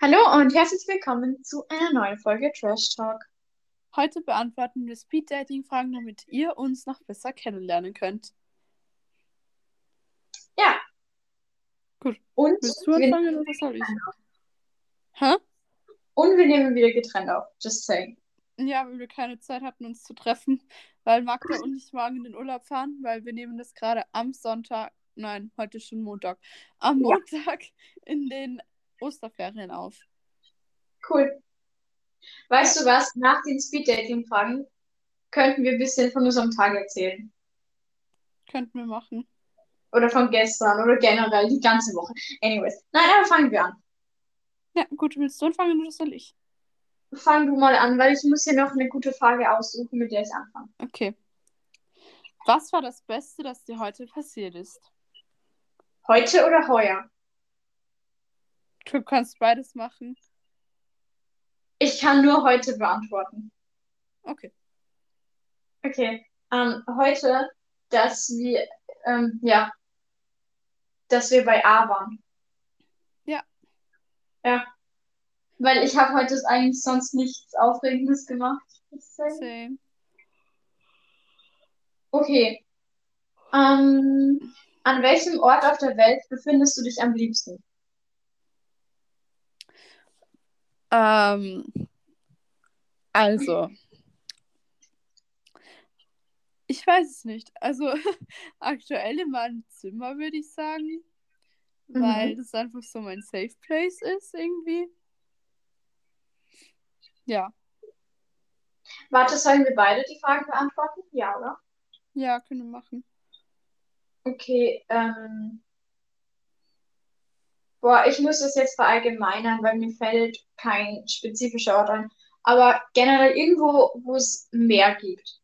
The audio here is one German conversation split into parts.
Hallo und herzlich willkommen zu einer neuen Folge Trash Talk. Heute beantworten wir Speed-Dating-Fragen, damit ihr uns noch besser kennenlernen könnt. Ja. Gut. Und Willst du wir, anfangen oder soll ich? Hä? und wir nehmen wieder getrennt auf. Just saying. Ja, weil wir keine Zeit hatten, uns zu treffen, weil Magda und ich morgen in den Urlaub fahren, weil wir nehmen das gerade am Sonntag, nein, heute ist schon Montag, am Ja. Montag in den Osterferien auf. Cool. Weißt du was? Nach den Speed-Dating-Fragen könnten wir ein bisschen von unserem Tag erzählen. Könnten wir machen. Oder von gestern oder generell die ganze Woche. Anyways. Nein, aber fangen wir an. Ja, gut, willst du anfangen oder soll ich? Fang du mal an, weil ich muss hier noch eine gute Frage aussuchen, mit der ich anfange. Okay. Was war das Beste, das dir heute passiert ist? Heute oder heuer? Du kannst beides machen. Ich kann nur heute beantworten. Okay. Okay, ähm, heute, dass wir, ähm, ja, dass wir bei A waren. Ja. Ja, weil ich habe heute eigentlich sonst nichts Aufregendes gemacht. muss ich sagen. Same. Okay, ähm, an welchem Ort auf der Welt befindest du dich am liebsten? Ähm, also, ich weiß es nicht. Also, aktuell in meinem Zimmer würde ich sagen, weil das einfach so mein Safe Place ist irgendwie. Ja, Warte, sollen wir beide die Fragen beantworten? Ja, oder? ja, können wir machen. Okay, ähm, boah, ich muss das jetzt verallgemeinern, weil mir fällt kein spezifischer Ort ein. Aber generell irgendwo, wo es Meer gibt.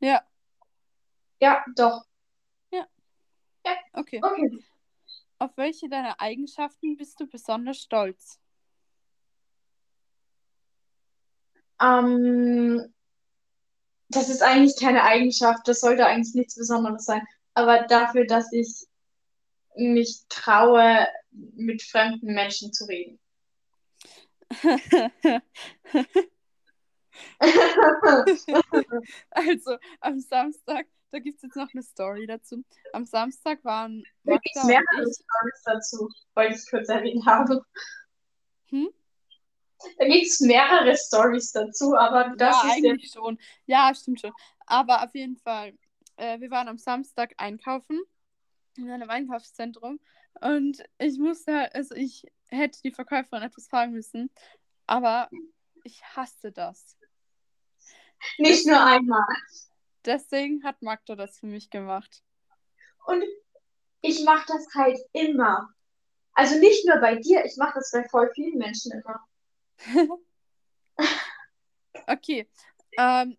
Ja, Ja, doch. okay. Okay. Auf welche deiner Eigenschaften bist du besonders stolz? Ähm, das ist eigentlich keine Eigenschaft, das sollte eigentlich nichts Besonderes sein. Aber dafür, dass ich mich traue, mit fremden Menschen zu reden. Also, am Samstag, da gibt es jetzt noch eine Story dazu. Am Samstag waren Da Magda gibt's und mehrere ich. Stories dazu, wollte ich kurz erwähnt haben. Hm? Da gibt es mehrere Stories dazu, aber das ja, ist ja. eigentlich schon. Ja, stimmt schon. Aber auf jeden Fall, äh, wir waren am Samstag einkaufen in einem Einkaufszentrum und ich musste halt, also ich hätte die Verkäuferin etwas fragen müssen, aber ich hasste das. Nicht nur einmal. Deswegen hat Magda das für mich gemacht. Und ich mache das halt immer. Also nicht nur bei dir, ich mache das bei voll vielen Menschen immer. Okay, ähm,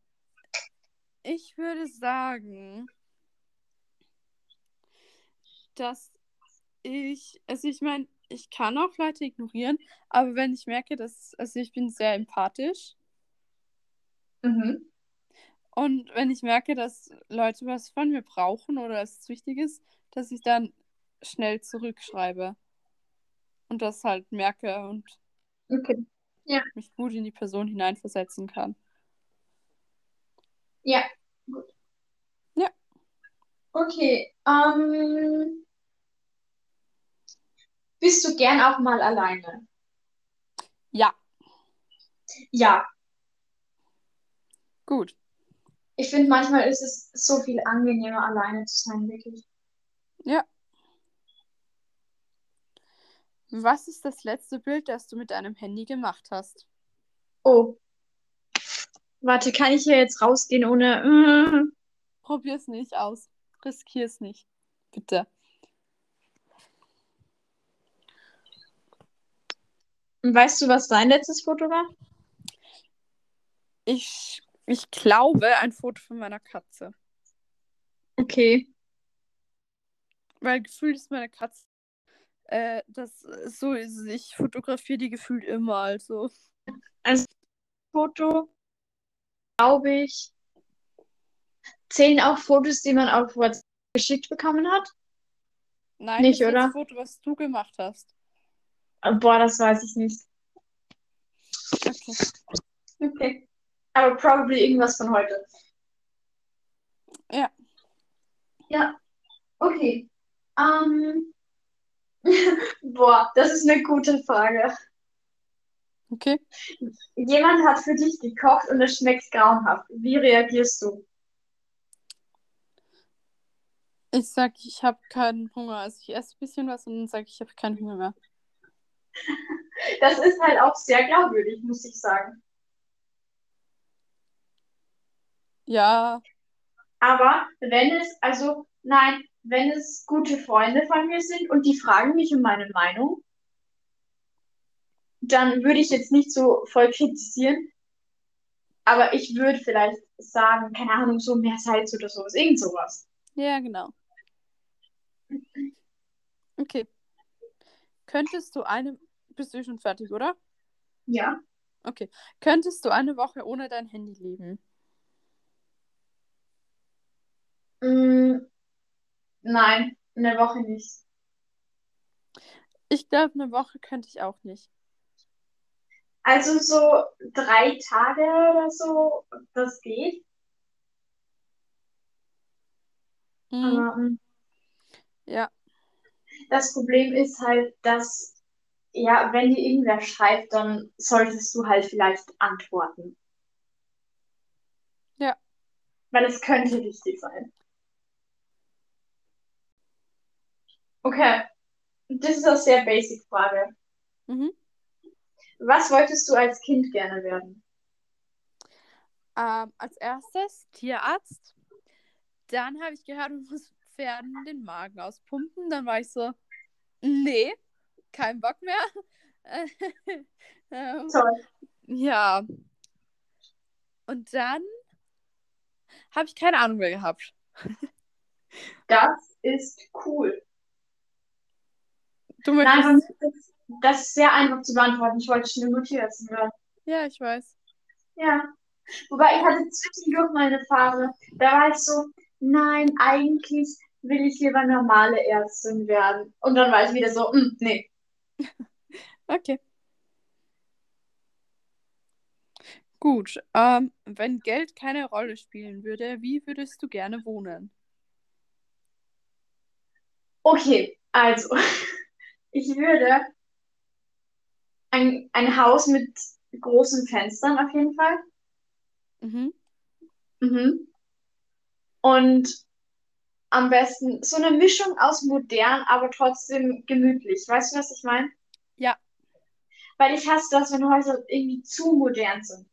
ich würde sagen, dass ich, also ich meine, ich kann auch Leute ignorieren, aber wenn ich merke, dass, also ich bin sehr empathisch. Mhm. Und wenn ich merke, dass Leute was von mir brauchen oder es wichtig ist, dass ich dann schnell zurückschreibe und das halt merke und Okay. mich gut in die Person hineinversetzen kann. Ja, gut. Ja. Okay. Ähm, bist du gern auch mal alleine? Ja, Ja. gut. Ich finde, manchmal ist es so viel angenehmer, alleine zu sein, wirklich. Was ist das letzte Bild, das du mit deinem Handy gemacht hast? Oh, warte, kann ich hier jetzt rausgehen ohne. Probier's nicht aus. Riskier's nicht. Bitte. äh, Weißt du, was dein letztes Foto war? Ich, ich glaube, ein Foto von meiner Katze. Okay. Weil gefühlt ist meine Katze. Äh, das so ist es. Ich fotografiere die gefühlt immer, also. Also Foto, glaube ich, zählen auch Fotos, die man auf WhatsApp geschickt bekommen hat. Nein, Nicht, das ist oder? das Foto, was du gemacht hast. Boah, das weiß ich nicht. Okay. Okay. Aber probably irgendwas von heute. Ja. Ja. Okay. Ähm. Boah, das ist eine gute Frage. Okay. Jemand hat für dich gekocht und es schmeckt grauenhaft. Wie reagierst du? Ich sag, ich habe keinen Hunger. Also ich esse ein bisschen was und dann sage ich, ich habe keinen Hunger mehr. Das ist halt auch sehr glaubwürdig, muss ich sagen. Ja, Aber wenn es, also, nein, wenn es gute Freunde von mir sind und die fragen mich um meine Meinung, dann würde ich jetzt nicht so voll kritisieren, aber ich würde vielleicht sagen, keine Ahnung, so mehr Salz oder sowas, irgend sowas. ja, genau. Okay. Könntest du eine. Bist du schon fertig, oder? Ja. Okay. Könntest du eine Woche ohne dein Handy leben? Mm, nein, eine Woche nicht. Ich glaube, eine Woche könnte ich auch nicht. Also so drei Tage oder so, das geht. Mhm. Aber, mm, Ja. Das Problem ist halt, dass, ja, wenn dir irgendwer schreibt, dann solltest du halt vielleicht antworten. Ja. Weil es könnte wichtig sein. Okay, das ist eine sehr basic Frage. Mhm. Was wolltest du als Kind gerne werden? Ähm, als erstes Tierarzt. Dann habe ich gehört, man muss Pferden den Magen auspumpen. Dann war ich so, nee, kein Bock mehr. ähm, Sorry. ja. Und dann habe ich keine Ahnung mehr gehabt. Das ist cool. Du Nein, möchtest. aber das ist- das ist sehr einfach zu beantworten. Ich wollte schon nur Tierärztin werden. Ja, ich weiß. Ja. Wobei ich hatte zwischendurch mal eine Phase, da war ich so, nein, eigentlich will ich lieber normale Ärztin werden. Und dann war ich wieder so, mm, nee. Okay. Gut. Ähm, wenn Geld keine Rolle spielen würde, wie würdest du gerne wohnen? Okay, also, ich würde ein, ein Haus mit großen Fenstern auf jeden Fall. Mhm. Mhm. Und am besten so eine Mischung aus modern, aber trotzdem gemütlich. Weißt du, was ich meine? Ja. Weil ich hasse das, wenn Häuser irgendwie zu modern sind.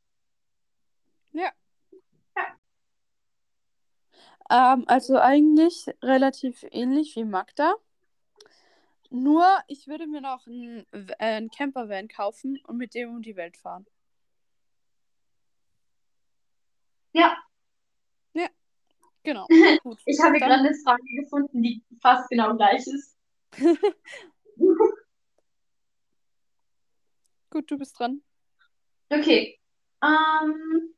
Ähm, also eigentlich relativ ähnlich wie Magda. Nur, ich würde mir noch einen, äh, einen Campervan kaufen und mit dem um die Welt fahren. Ja. Genau. Gut. Ich habe hier Dann- gerade eine Frage gefunden, die fast genau gleich ist. Gut, du bist dran. Okay. Ähm,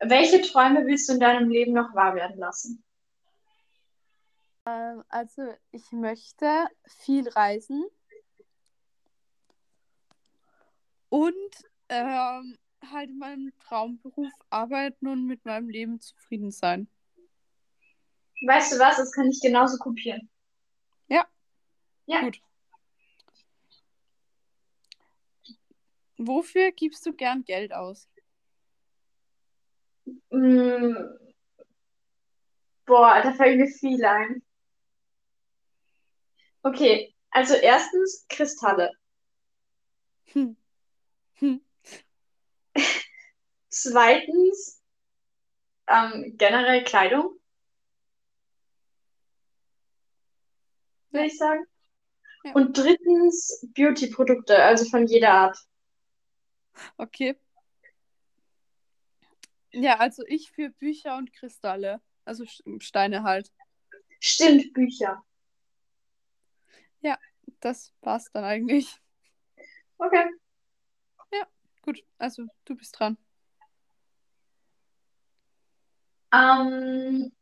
welche Träume willst du in deinem Leben noch wahr werden lassen? Ähm, also, ich möchte viel reisen und ähm, halt in meinem Traumberuf arbeiten und mit meinem Leben zufrieden sein. Weißt du was? Das kann ich genauso kopieren. Wofür gibst du gern Geld aus? Mm, boah, da fällt mir viel ein. Okay. Also erstens Kristalle. Hm. Hm. Zweitens ähm, generell Kleidung, würde ich sagen. Ja. Und drittens Beauty-Produkte, also von jeder Art. Okay. Ja, also ich für Bücher und Kristalle. Also Sch- Steine halt. Stimmt, Bücher. Das war's dann eigentlich. Okay. Gut, also du bist dran. Ähm,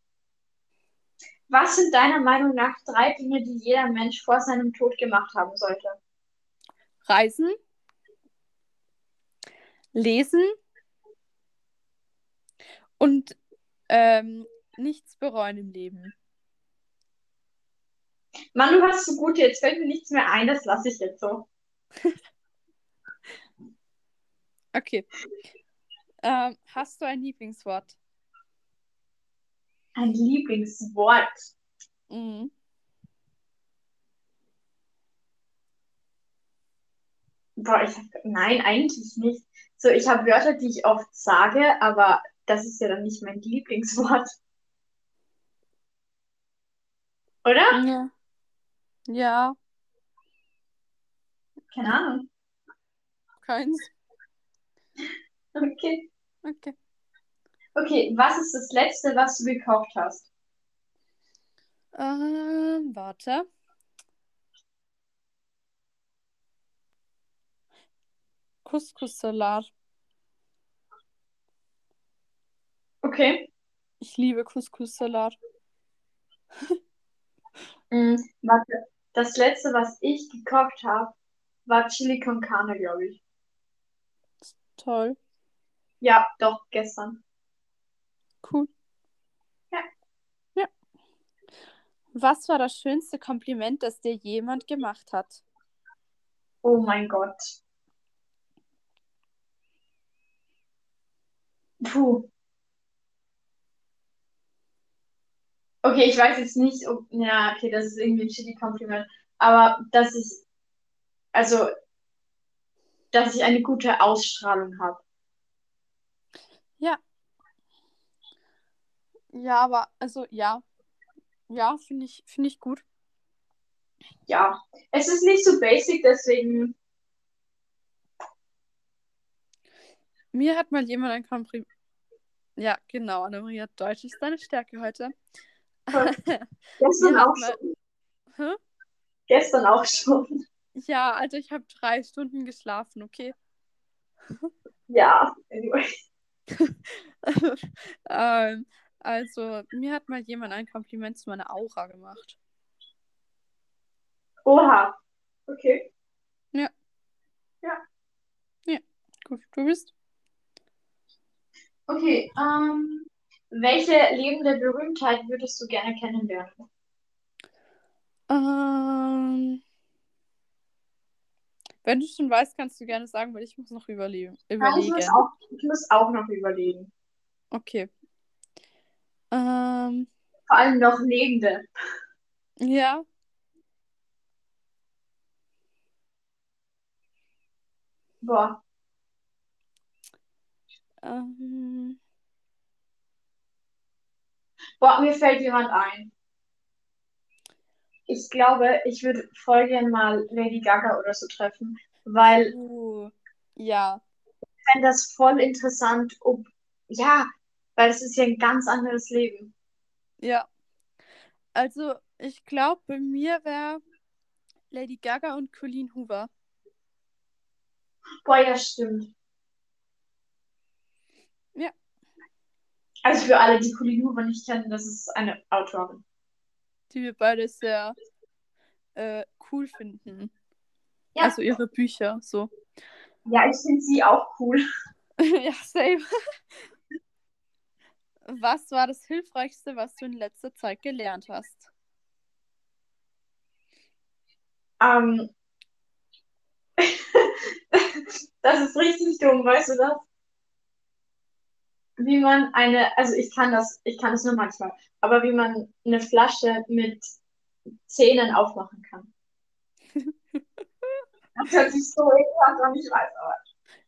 Was sind deiner Meinung nach drei Dinge, die jeder Mensch vor seinem Tod gemacht haben sollte? Reisen, lesen und ähm, nichts bereuen im Leben. Mann, du hast so gut, jetzt fällt mir nichts mehr ein, das lasse ich jetzt so. Okay. Ähm, hast du ein Lieblingswort? Ein Lieblingswort. Mhm. Boah, ich hab, nein, eigentlich nicht. So, ich habe Wörter, die ich oft sage, aber das ist ja dann nicht mein Lieblingswort. Oder? Ja. Ja, Keine Ahnung. keins. Okay. Okay. Okay, was ist das Letzte, was du gekauft hast? Ähm, warte. Couscous-Salat. Okay. Ich liebe Couscous-Salat. Mm, warte. Das Letzte, was ich gekocht habe, war Chili con Carne, glaube ich. Toll. Ja, doch, gestern. Cool. Ja. Ja. Was war das schönste Kompliment, das dir jemand gemacht hat? Oh mein Gott. Puh. Okay, ich weiß jetzt nicht, ob. Ja, okay, das ist irgendwie ein Shitty-Kompliment. Aber dass ich. Also, dass ich eine gute Ausstrahlung habe. Ja, aber, also, ja. Ja, finde ich, finde ich gut. Ja. Es ist nicht so basic, deswegen. Mir hat mal jemand ein Kompliment. Ja, genau, Annemaria, Deutsch ist deine Stärke heute. Gestern Ja, auch aber- schon. Hä? Gestern auch schon. Ja, also ich habe drei Stunden geschlafen, okay. Ja. Anyway. ähm, also, mir hat mal jemand ein Kompliment zu meiner Aura gemacht. Oha. Okay. Gut, du bist. Okay. Ähm, welche lebende Berühmtheit würdest du gerne kennenlernen? Ähm, wenn du schon weißt, kannst du gerne sagen, weil ich muss noch überleben, Ja, ich überlegen. muss auch, ich muss auch noch überlegen. Okay. Ähm, Vor allem noch Lebende. ja, Boah. ähm, Boah, mir fällt jemand ein. Ich glaube, ich würde voll gern mal Lady Gaga oder so treffen, weil uh, ja, ich fände das voll interessant, ob, ja, weil es ist ja ein ganz anderes Leben. ja. Also, ich glaube, bei mir wäre Lady Gaga und Colleen Hoover. Boah, ja, stimmt. Ja. Also für alle, die Colleen Hoover nicht kennen, das ist eine Autorin. die wir beide sehr äh, cool finden. Ja. Also ihre Bücher, so. Ja, ich finde sie auch cool. ja, same. Was war das Hilfreichste, was du in letzter Zeit gelernt hast? Ähm, das ist richtig dumm, weißt du das? Wie man eine, also ich kann das, ich kann das nur manchmal, aber wie man eine Flasche mit Zähnen aufmachen kann. Das hört sich so ekelhaft an, ich weiß, aber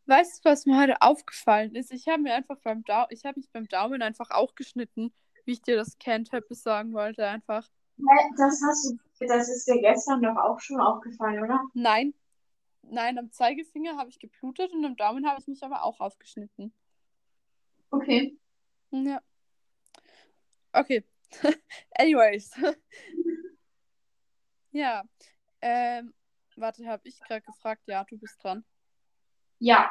Weißt du, was mir heute aufgefallen ist? Ich habe mir einfach beim Daumen, ich habe mich beim Daumen einfach auch geschnitten, wie ich dir das kennt, hätte sagen wollte, einfach. Hä, das hast du, das ist dir gestern doch auch schon aufgefallen, oder? Nein. Nein, am Zeigefinger habe ich geblutet und am Daumen habe ich mich aber auch aufgeschnitten. Okay. Ja. Okay. Anyways. ja. Ähm, warte, habe ich gerade gefragt? Ja, du bist dran. Ja.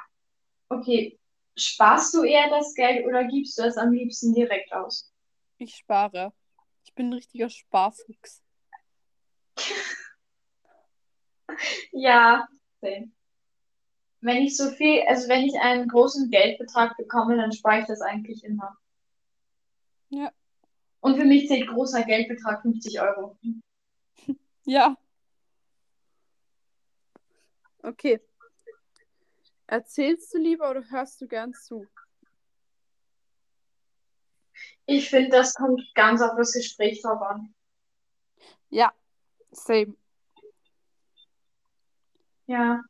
Okay. Sparst du eher das Geld oder gibst du es am liebsten direkt aus? Ich spare. Ich Ich bin ein richtiger Sparfuchs. Ja, same. Wenn ich so viel, also wenn ich einen großen Geldbetrag bekomme, dann spare ich das eigentlich immer. Ja. Und für mich zählt großer Geldbetrag 50 Euro. Ja. Okay. Erzählst du lieber oder hörst du gern zu? Ich finde, das kommt ganz auf das Gespräch drauf an. Ja, same. Ja.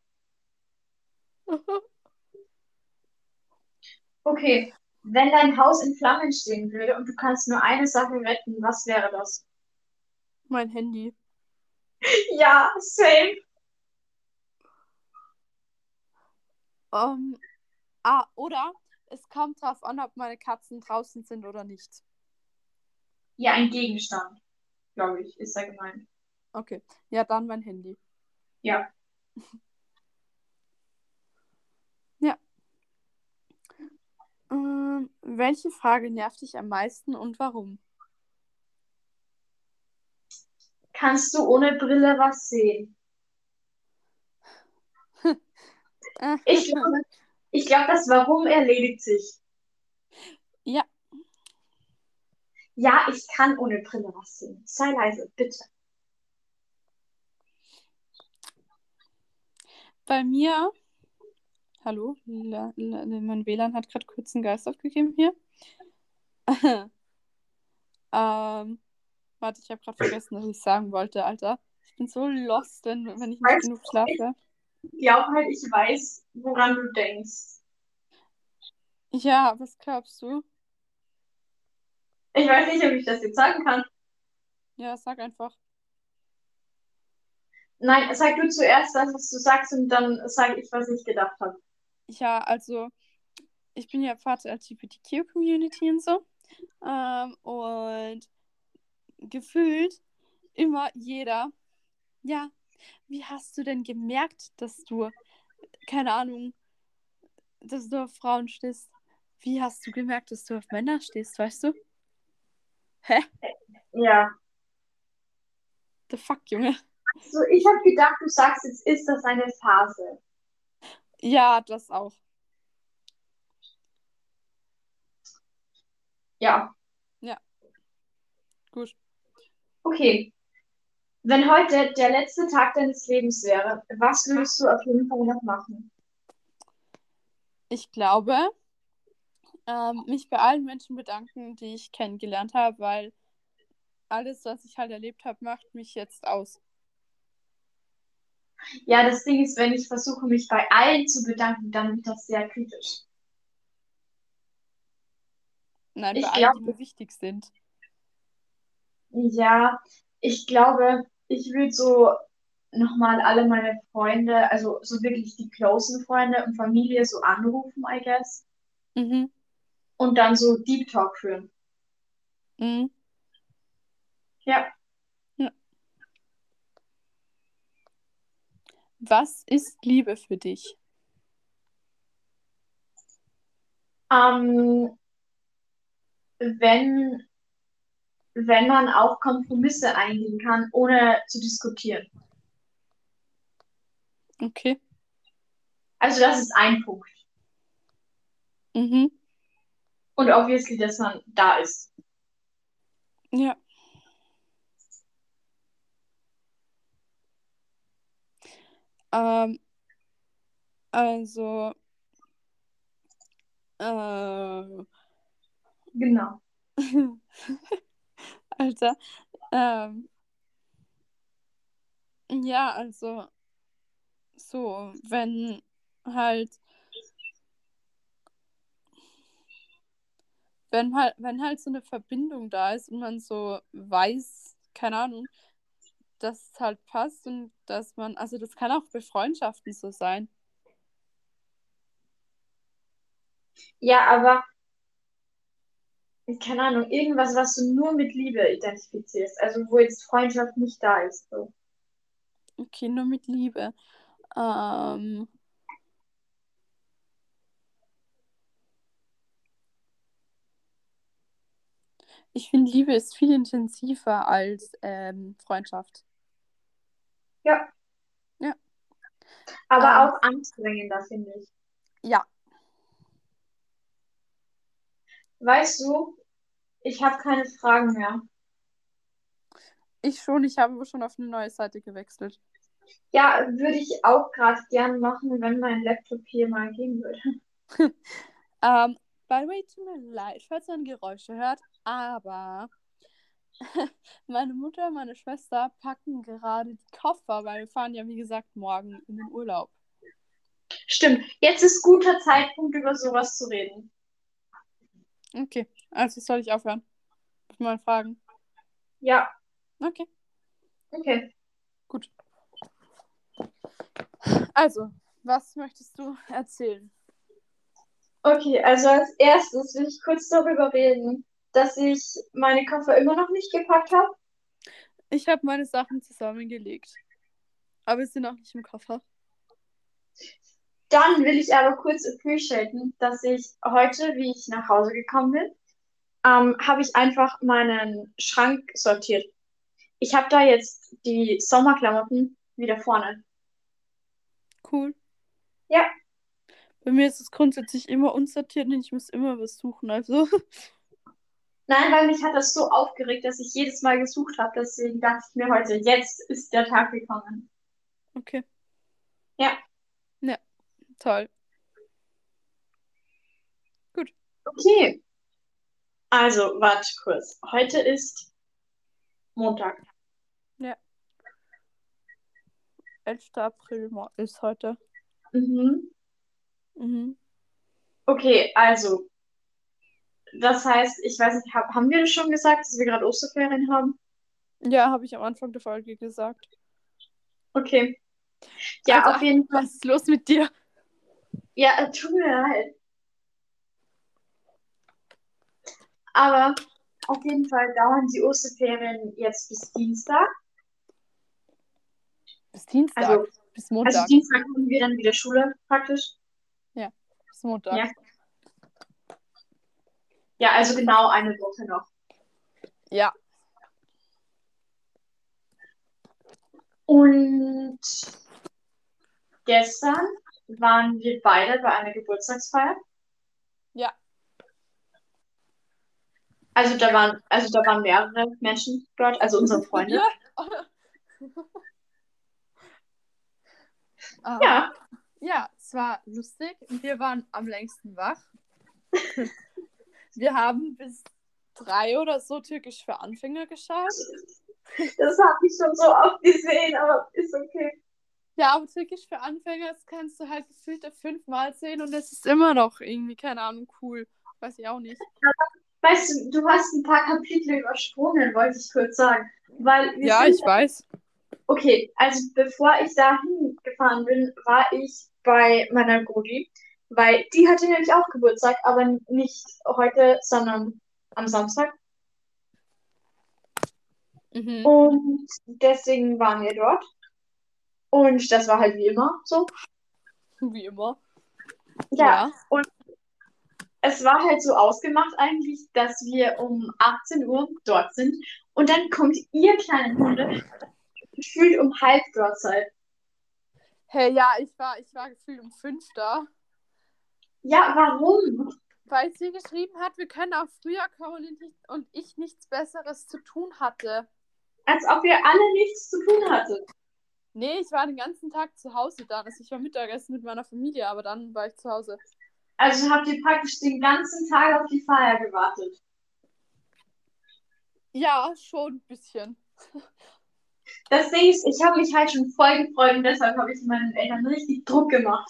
Okay. Wenn dein Haus in Flammen stehen würde und du kannst nur eine Sache retten, was wäre das? mein Handy. Ja, same. Ähm, ah, oder es kommt drauf an, ob meine Katzen draußen sind oder nicht. Ja, ein Gegenstand, glaube ich, ist da gemeint. Okay. Ja, dann mein Handy. Ja. Ja. Ähm, welche Frage nervt dich am meisten und warum? Kannst du ohne Brille was sehen? Ich glaube, ich glaube, das Warum erledigt sich. Ja. Ja, ich kann ohne Brille was sehen. Sei leise, bitte. Bei mir. Hallo, La- La- mein WLAN hat gerade kurz einen Geist aufgegeben hier. ähm, warte, ich habe gerade vergessen, was ich sagen wollte, Alter. Ich bin so lost, wenn, wenn ich nicht Weißt genug schlafe. Ich glaube halt, ich weiß, woran du denkst. Ja, was glaubst du? Ich weiß nicht, ob ich das jetzt sagen kann. Ja, sag einfach. Nein, sag du zuerst das, was du sagst, und dann sage ich, was ich gedacht habe. Ja, also ich bin ja Part der LGBTQ-Community und so. Ähm, und gefühlt immer jeder, ja, wie hast du denn gemerkt, dass du, keine Ahnung, dass du auf Frauen stehst? Wie hast du gemerkt, dass du auf Männer stehst, weißt du? Ja. The fuck, Junge. So, ich habe gedacht, du sagst jetzt, ist das eine Phase? Ja, das auch. Ja. Gut. Okay. Wenn heute der letzte Tag deines Lebens wäre, was würdest du auf jeden Fall noch machen? Ich glaube, ähm, mich bei allen Menschen bedanken, die ich kennengelernt habe, weil alles, was ich halt erlebt habe, macht mich jetzt aus. Ja, das Ding ist, wenn ich versuche, mich bei allen zu bedanken, dann wird das sehr kritisch. Nein, Ich bei allen, glaub- die mir wichtig sind. Ja, ich glaube, ich würde so nochmal alle meine Freunde, also so wirklich die closen Freunde und Familie so anrufen, I guess, Mhm. und dann so Deep Talk führen. Mhm. Ja, Was ist Liebe für dich? ähm, wenn, wenn man auch Kompromisse eingehen kann, ohne zu diskutieren. Okay. Also das ist ein Punkt. Mhm. Und obviously, dass man da ist. Ja. Ähm, also, äh, Genau. Alter, ähm, ja, also, so, wenn halt, wenn halt, wenn halt so eine Verbindung da ist und man so weiß, keine Ahnung, dass es halt passt und dass man, also das kann auch bei Freundschaften so sein. Ja, aber keine Ahnung, irgendwas, was du nur mit Liebe identifizierst, also wo jetzt Freundschaft nicht da ist. So. Okay, nur mit Liebe. Ähm, ich finde, Liebe ist viel intensiver als ähm, Freundschaft. Ja. Ja. Aber Ähm. auch anstrengender, finde ich. Ja. Weißt du, ich habe keine Fragen mehr. Ich schon, ich habe schon auf eine neue Seite gewechselt. Ja, würde ich auch gerade gern machen, wenn mein Laptop hier mal gehen würde. Ähm, by the way, tut mir leid, falls man Geräusche hört, aber meine Mutter und meine Schwester packen gerade die Koffer, weil wir fahren ja, wie gesagt, morgen in den Urlaub. Stimmt, jetzt ist guter Zeitpunkt, über sowas zu reden. Okay, also soll ich aufhören? Mit meinen Fragen. Ja, Okay, okay. gut. Also, was möchtest du erzählen? Okay, also als erstes will ich kurz darüber reden, dass ich meine Koffer immer noch nicht gepackt habe. Ich habe meine Sachen zusammengelegt. Aber sie sind auch nicht im Koffer. Dann will ich aber kurz appreciaten, dass ich heute, wie ich nach Hause gekommen bin, ähm, habe ich einfach meinen Schrank sortiert. Ich habe da jetzt die Sommerklamotten wieder vorne. Cool. Ja. Bei mir ist es grundsätzlich immer unsortiert und ich muss immer was suchen. Also, Nein, weil mich hat das so aufgeregt, dass ich jedes Mal gesucht habe. Deswegen dachte ich mir heute, jetzt ist der Tag gekommen. okay. Ja. Ja, toll. Okay. Also, warte kurz. Heute ist Montag. 11. April mo- ist heute. Mhm. Mhm. Okay, also, das heißt, ich weiß nicht, hab, haben wir das schon gesagt, dass wir gerade Osterferien haben? Ja, habe ich am Anfang der Folge gesagt. Okay. Ja, Also, auf jeden Fall. Was ist los mit dir? Ja, äh, tut mir leid. Aber auf jeden Fall dauern die Osterferien jetzt bis Dienstag. Bis Dienstag. Also, bis also Montag. Dienstag haben wir dann wieder Schule praktisch. bis Montag. Ja. Ja, also genau eine Woche noch. Ja. Und gestern waren wir beide bei einer Geburtstagsfeier. Ja. Also da waren, also da waren mehrere Menschen dort, also unsere Freunde. Ah, Ja, Ja, es war lustig. Wir waren am längsten wach. Wir haben bis drei oder so Türkisch für Anfänger geschaut. das habe ich schon so oft gesehen, aber ist okay. Ja, aber Türkisch für Anfänger, das kannst du halt gefühlt fünfmal sehen und das ist immer noch irgendwie, keine Ahnung, cool. Weiß ich auch nicht. Weißt du, du hast ein paar Kapitel übersprungen, wollte ich kurz sagen. Weil wir Ja, sind ich weiß. Okay, also bevor ich dahin gefahren bin, war ich bei meiner Godi, weil die hatte nämlich auch Geburtstag, aber nicht heute, sondern am Samstag. Mhm. Und deswegen waren wir dort. Und das war halt wie immer so. Wie immer. Ja, es war halt so ausgemacht eigentlich, dass wir um 18 Uhr dort sind. Und dann kommt ihr kleinen Hunde gefühlt um halb dort seid. Hey, ja, ich war, ich war gefühlt um fünf da. Ja, warum? Weil sie geschrieben hat, wir können auch früher kommen und ich, und ich nichts Besseres zu tun hatte. Als ob ihr alle nichts zu tun hattet. Nee, ich war den ganzen Tag zu Hause dann. Also ich war Mittagessen mit meiner Familie, aber dann war ich zu Hause. Also habt ihr praktisch den ganzen Tag auf die Feier gewartet. Ja, schon ein bisschen. Das Ding ist, ich habe mich halt schon voll gefreut und deshalb habe ich meinen Eltern richtig Druck gemacht.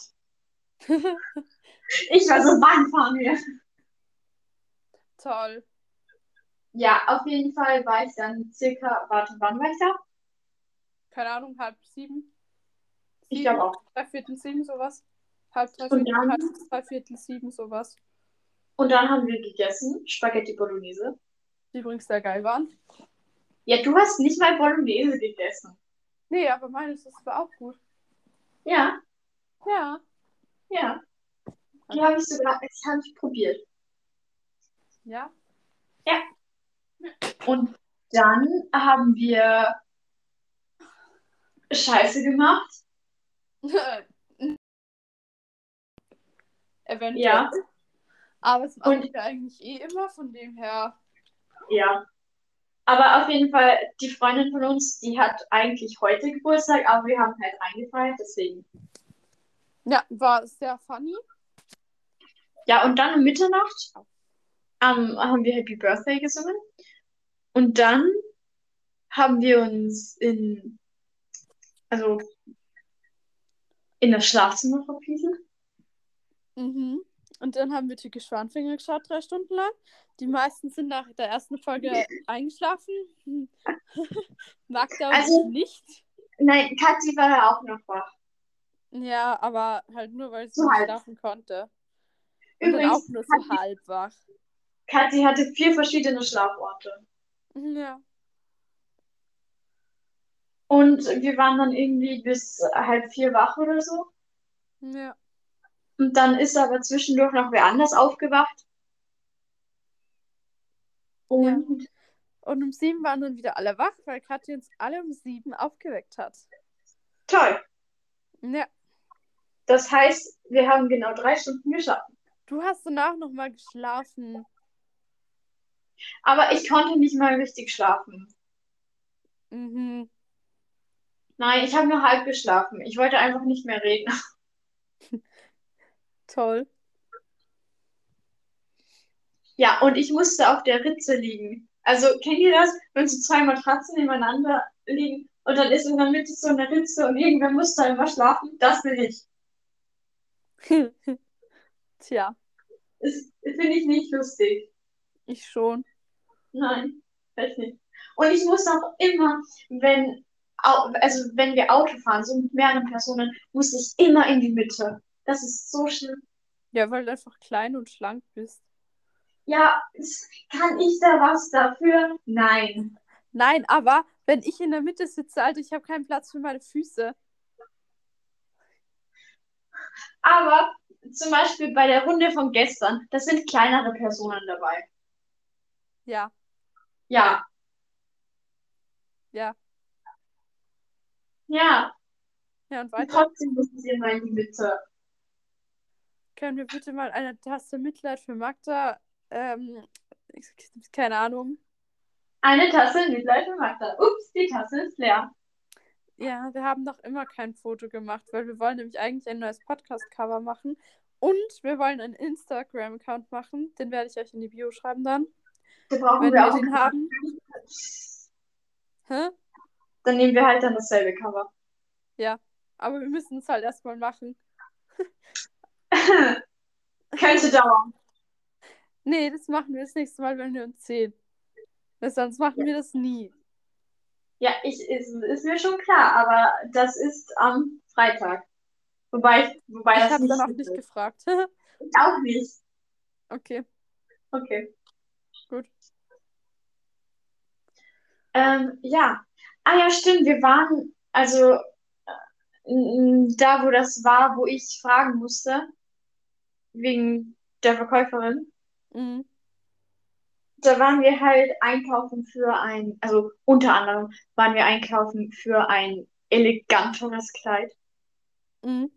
Ich war so, wann fahren wir? Toll. Ja, auf jeden Fall war ich dann circa, warte, wann war ich da? Keine Ahnung, halb sieben. Ich glaube auch. Drei Viertel sieben, sowas. Halb drei Und Viertel, dann? halb drei Viertel sieben, sowas. Und dann haben wir gegessen, Spaghetti Bolognese. Die übrigens sehr geil waren. Ja, du hast nicht mal Bolognese gegessen. Nee, aber meines, das war auch gut. Ja, Ja. ja. Die habe ich sogar, das habe ich probiert. Ja? Ja. Und dann haben wir Scheiße gemacht. Eventuell. Ja, Aber es Und- machen wir eigentlich eh immer, von dem her. ja. Aber auf jeden Fall, die Freundin von uns, die hat eigentlich heute Geburtstag, aber wir haben halt eingefeiert, deswegen. Ja, war sehr funny. Ja, und dann um Mitternacht ähm, haben wir Happy Birthday gesungen. Und dann haben wir uns in, also in das Schlafzimmer verpieselt. Mhm. Und dann haben wir Tücke Schwanfinger geschaut, drei Stunden lang. Die meisten sind nach der ersten Folge eingeschlafen. Hm. Mag da Also- nicht. Nein, Kathi war ja auch noch wach. Ja, aber halt nur, weil sie So nicht halb. schlafen konnte. Und dann auch Übrigens, nur so halb wach. Kathi hatte vier verschiedene Schlaforte. Ja. Und wir waren dann irgendwie bis halb vier wach oder so. Ja. Und dann ist aber zwischendurch noch wer anders aufgewacht. Und Und um sieben waren dann wieder alle wach, weil Katja uns alle um sieben aufgeweckt hat. toll. Ja. Das heißt, wir haben genau drei Stunden geschafft. Du hast danach nochmal geschlafen. Aber ich konnte nicht mal richtig schlafen. Mhm. Nein, ich habe nur halb geschlafen. Ich wollte einfach nicht mehr reden. Toll. Ja, und ich musste auf der Ritze liegen. Also, kennt ihr das? Wenn so zwei Matratzen nebeneinander liegen und dann ist in der Mitte so eine Ritze und irgendwer muss da immer schlafen? Das will ich. Tja, Das finde ich nicht lustig. ich schon. Nein, echt nicht. Und ich muss auch immer, wenn, au- also wenn wir Auto fahren, so mit mehreren Personen, muss ich immer in die Mitte. Das ist so schlimm. Ja, weil du einfach klein und schlank bist. Ja, es- kann ich da was dafür? Nein. Nein, aber wenn ich in der Mitte sitze, Alter, ich habe keinen Platz für meine Füße. Aber zum Beispiel bei der Runde von gestern, da sind kleinere Personen dabei. Ja, Ja. Ja. Ja, ja, und und weiter. trotzdem muss ich immer in die Mitte. Können wir bitte mal eine Tasse Mitleid für Magda? Ähm, ich- keine Ahnung. Eine Tasse Mitleid für Magda. Ups, die Tasse ist leer. Ja, wir haben noch immer kein Foto gemacht, weil wir wollen nämlich eigentlich ein neues Podcast-Cover machen. Und wir wollen einen Instagram-Account machen. Den werde ich euch in die Bio schreiben dann, Da brauchen wenn wir wir auch den haben. Hä? Dann nehmen wir halt dann dasselbe Cover. Aber wir müssen es halt erstmal machen. Könnte dauern. Nee, das machen wir das nächste Mal, wenn wir uns sehen. Weil sonst machen wir das nie. Ja, ich, ist, ist mir schon klar, aber das ist am Freitag. Wobei, wobei Ich das habe nicht dann auch so nicht ist. gefragt. Ich auch nicht. okay. Okay. Gut. Ähm, ja. Ah ja, stimmt, wir waren, also äh, n- da, wo das war, wo ich fragen musste, wegen der Verkäuferin, Mhm. da waren wir halt einkaufen für ein, also unter anderem waren wir einkaufen für ein eleganteres Kleid. Mhm.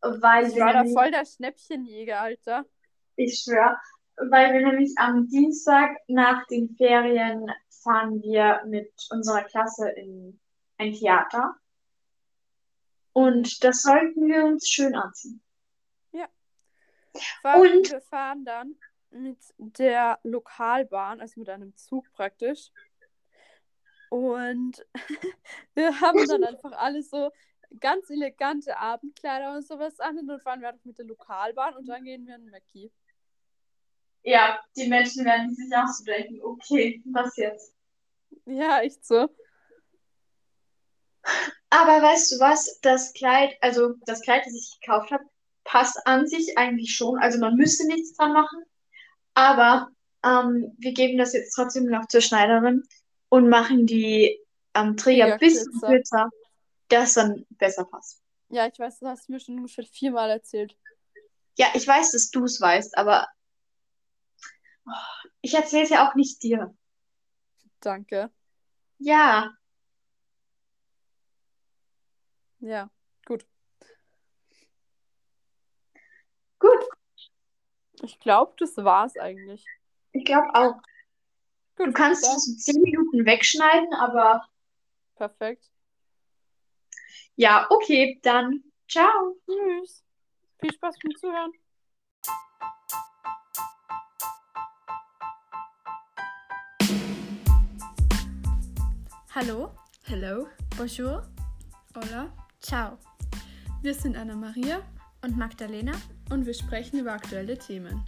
Weil Ich Also wir war da nämlich, voll der Schnäppchenjäger, Alter. ich schwöre, weil wir nämlich am Dienstag nach den Ferien fahren wir mit unserer Klasse in ein Theater. Und das sollten wir uns schön anziehen. Vor allem, Und- wir fahren dann mit der Lokalbahn, also mit einem Zug praktisch. Und wir haben dann einfach alle so ganz elegante Abendkleider und sowas an. Und dann fahren wir einfach mit der Lokalbahn und dann gehen wir in Mackie. Ja, die Menschen werden sich auch so denken, okay, was jetzt? Ja, echt so. Aber weißt du was, das Kleid, also das Kleid, das ich gekauft habe, passt an sich eigentlich schon. Also man müsste nichts dran machen. Aber ähm, wir geben das jetzt trotzdem noch zur Schneiderin und machen die ähm, Träger ein bisschen Trägerkürzer. kürzer, dass dann besser passt. Ja, ich weiß, das hast du mir schon ungefähr viermal erzählt. Ja, ich weiß, dass du es weißt, aber Ich erzähle es ja auch nicht dir. Danke. Ja, Ja. gut. Ich glaube, das war's eigentlich. Ich glaube auch. Gut, Du kannst dann- es in 10 Minuten wegschneiden, aber Perfekt. ja, okay, dann ciao. Tschüss. Viel Spaß beim Zuhören. Hallo. Hello. Bonjour. Hola. Ciao. Wir sind Anna-Maria und Magdalena und wir sprechen über aktuelle Themen.